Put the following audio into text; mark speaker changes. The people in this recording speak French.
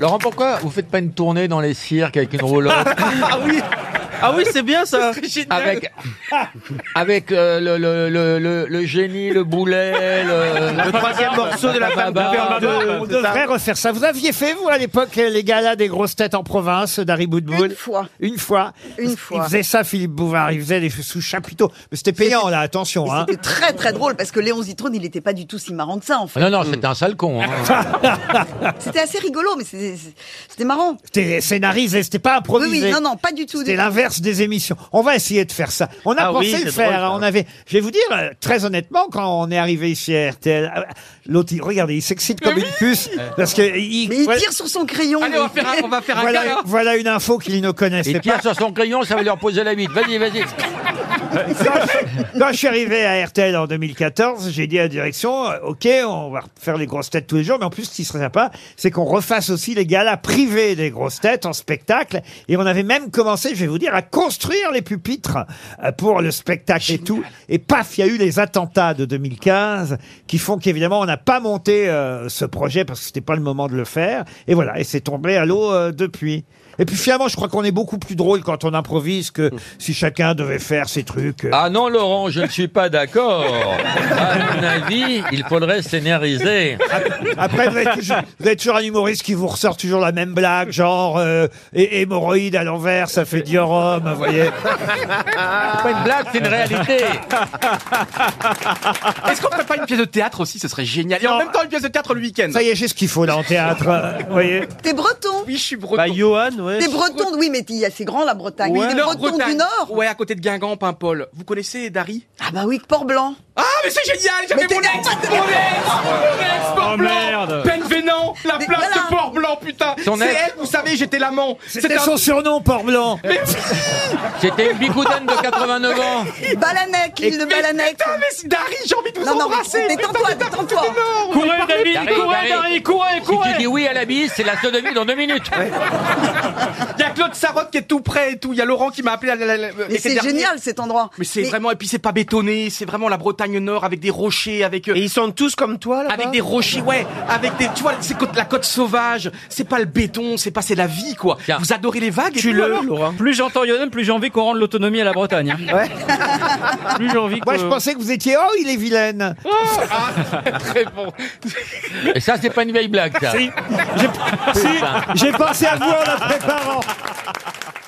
Speaker 1: Laurent, pourquoi vous faites pas une tournée dans les cirques avec une roulotte
Speaker 2: Ah oui Ah oui, c'est bien ça
Speaker 1: Avec, avec euh, le, le, le, le, le génie, le boulet, le,
Speaker 2: Le troisième morceau de la femme
Speaker 1: Baba.
Speaker 2: de
Speaker 3: On devrait refaire ça. Vous aviez fait, vous, à l'époque, les galas des grosses têtes en province d'Harry Boudboul
Speaker 4: Une fois.
Speaker 3: Une fois.
Speaker 4: Une
Speaker 3: Il- Il
Speaker 4: fois.
Speaker 3: faisait ça, Philippe Bouvard. Il faisait des sous-chapiteaux. Mais c'était payant, là, attention. Hein.
Speaker 4: C'était très très drôle parce que Léon Zitrone, il n'était pas du tout si marrant que ça en fait.
Speaker 1: Non, non, c'était un sale con. hein.
Speaker 4: C'était assez rigolo, mais c'était c'était marrant.
Speaker 3: C'était scénarisé, c'était pas
Speaker 4: Oui,
Speaker 3: improvisé.
Speaker 4: oui, non, non, pas du tout.
Speaker 3: C'était l'inverse des émissions. On va essayer de faire ça. On a
Speaker 2: Ah
Speaker 3: pensé
Speaker 2: oui,
Speaker 3: le
Speaker 2: c'est drôle,
Speaker 3: faire.
Speaker 2: ça.
Speaker 3: hein. on avait, je vais vous dire, euh, très honnêtement, quand on est arrivé ici à RTL, euh, l'autre, il- regardez, il s'excite comme une puce. Parce que, il-
Speaker 4: Mais il
Speaker 3: voilà,
Speaker 4: tire sur son crayon.
Speaker 2: Allez, on va faire un, on va faire un
Speaker 3: voilà-
Speaker 2: câlin.
Speaker 3: voilà une info qu'il ne connaissait
Speaker 1: Il
Speaker 3: pas.
Speaker 1: tire sur son crayon, ça va leur poser la bite. Vas-y, vas-y.
Speaker 3: Quand je suis arrivé à RTL en 2014, j'ai dit à la direction, euh, ok, on va faire les grosses têtes tous les jours, mais en plus, ce qui serait sympa, c'est qu'on refasse aussi les galas privés des grosses têtes en spectacle. Et on avait même commencé, je vais vous dire, à construire les pupitres euh, pour le spectacle et tout. Et paf, il y a eu les attentats de 2015 qui font qu'évidemment, on n'a pas monté euh, ce projet parce que c'était pas le moment de le faire. Et voilà, et c'est tombé à l'eau euh, depuis. Et puis finalement, je crois qu'on est beaucoup plus drôle quand on improvise que si chacun devait faire ses trucs. euh,
Speaker 1: Ah non, Laurent, je ne suis pas d'accord. À mon avis, il faudrait scénariser.
Speaker 3: Après, vous êtes, toujours, vous êtes toujours un humoriste qui vous ressort toujours la même blague, genre euh, hé- hémorroïde à l'envers, ça fait diorome, vous voyez.
Speaker 1: C'est pas une blague, c'est une réalité.
Speaker 2: Est-ce qu'on ferait pas une pièce de théâtre aussi Ce serait génial. Et en
Speaker 3: Non.
Speaker 2: même temps, une pièce de théâtre le week-end.
Speaker 3: Ça y est, j'ai ce qu'il faut là en théâtre, euh, vous voyez.
Speaker 4: T'es breton.
Speaker 2: Oui, je suis breton.
Speaker 5: Bah, Johan, ouais.
Speaker 4: T'es breton, oui, mais il y a c'est grand la Bretagne.
Speaker 2: Ouais.
Speaker 4: mais t'es
Speaker 2: Nord
Speaker 4: breton
Speaker 2: Bretagne.
Speaker 4: du Nord.
Speaker 2: Ouais, à côté de Guingamp, Paimpol. Vous connaissez Dari
Speaker 4: Ah bah oui, Port-Blanc.
Speaker 2: Ah, mais c'est génial
Speaker 4: Mais
Speaker 2: J'avais
Speaker 4: t'es
Speaker 2: mon ex Mon
Speaker 4: nerveux,
Speaker 2: ex
Speaker 4: t'es
Speaker 2: Mon ex Port Blanc
Speaker 5: merde.
Speaker 2: Penvenant La
Speaker 4: Mais
Speaker 2: place
Speaker 4: voilà.
Speaker 2: de Port Blanc, putain
Speaker 1: Ton
Speaker 2: C'est
Speaker 1: ex.
Speaker 2: elle, vous savez, j'étais l'amant
Speaker 3: C'était son surnom, Port Blanc.
Speaker 1: C'était une bicoudaine de 89 ans.
Speaker 4: Balanec, l'île de
Speaker 2: Mais
Speaker 4: Balanec.
Speaker 2: putain, mais c'est Dari, j'ai envie de vous
Speaker 4: Non, non,
Speaker 2: embrasser
Speaker 4: mais détends-toi,
Speaker 2: Putain,
Speaker 4: détends-toi.
Speaker 2: mais non.
Speaker 5: Courez, David,
Speaker 1: Darry,
Speaker 5: courez,
Speaker 1: Darry.
Speaker 5: Darry, courez,
Speaker 1: Si tu
Speaker 5: courez.
Speaker 1: dis oui à la bise, c'est la sodomie dans deux minutes.
Speaker 2: Il y a Claude Sarotte qui est tout près et tout. Il y a Laurent qui m'a appelé. à la- la- la-
Speaker 4: Mais
Speaker 2: l'été
Speaker 4: c'est
Speaker 2: dernier.
Speaker 4: génial cet endroit.
Speaker 2: Mais c'est vraiment. Et puis c'est pas bétonné. C'est vraiment la Bretagne Nord avec des rochers, avec euh,
Speaker 5: Et ils sont tous comme toi, là
Speaker 2: avec des rochers. Ouais, avec des. Tu vois, c'est côte- la côte sauvage. C'est pas le béton. C'est pas c'est la vie quoi.
Speaker 1: Tiens.
Speaker 2: Vous adorez les vagues. et
Speaker 5: Tu
Speaker 2: tout,
Speaker 5: le,
Speaker 2: alors
Speaker 5: plus j'entends Yohan, plus j'ai envie qu'on rende l'autonomie à la Bretagne. hein. Plus j'ai envie
Speaker 3: Moi, je
Speaker 5: que-
Speaker 3: pensais que vous étiez, oh, il est vilaine.
Speaker 1: Et ça, c'est pas une vieille blague, ça.
Speaker 3: Si, j'ai si, j'ai pensé à vous en la préparant.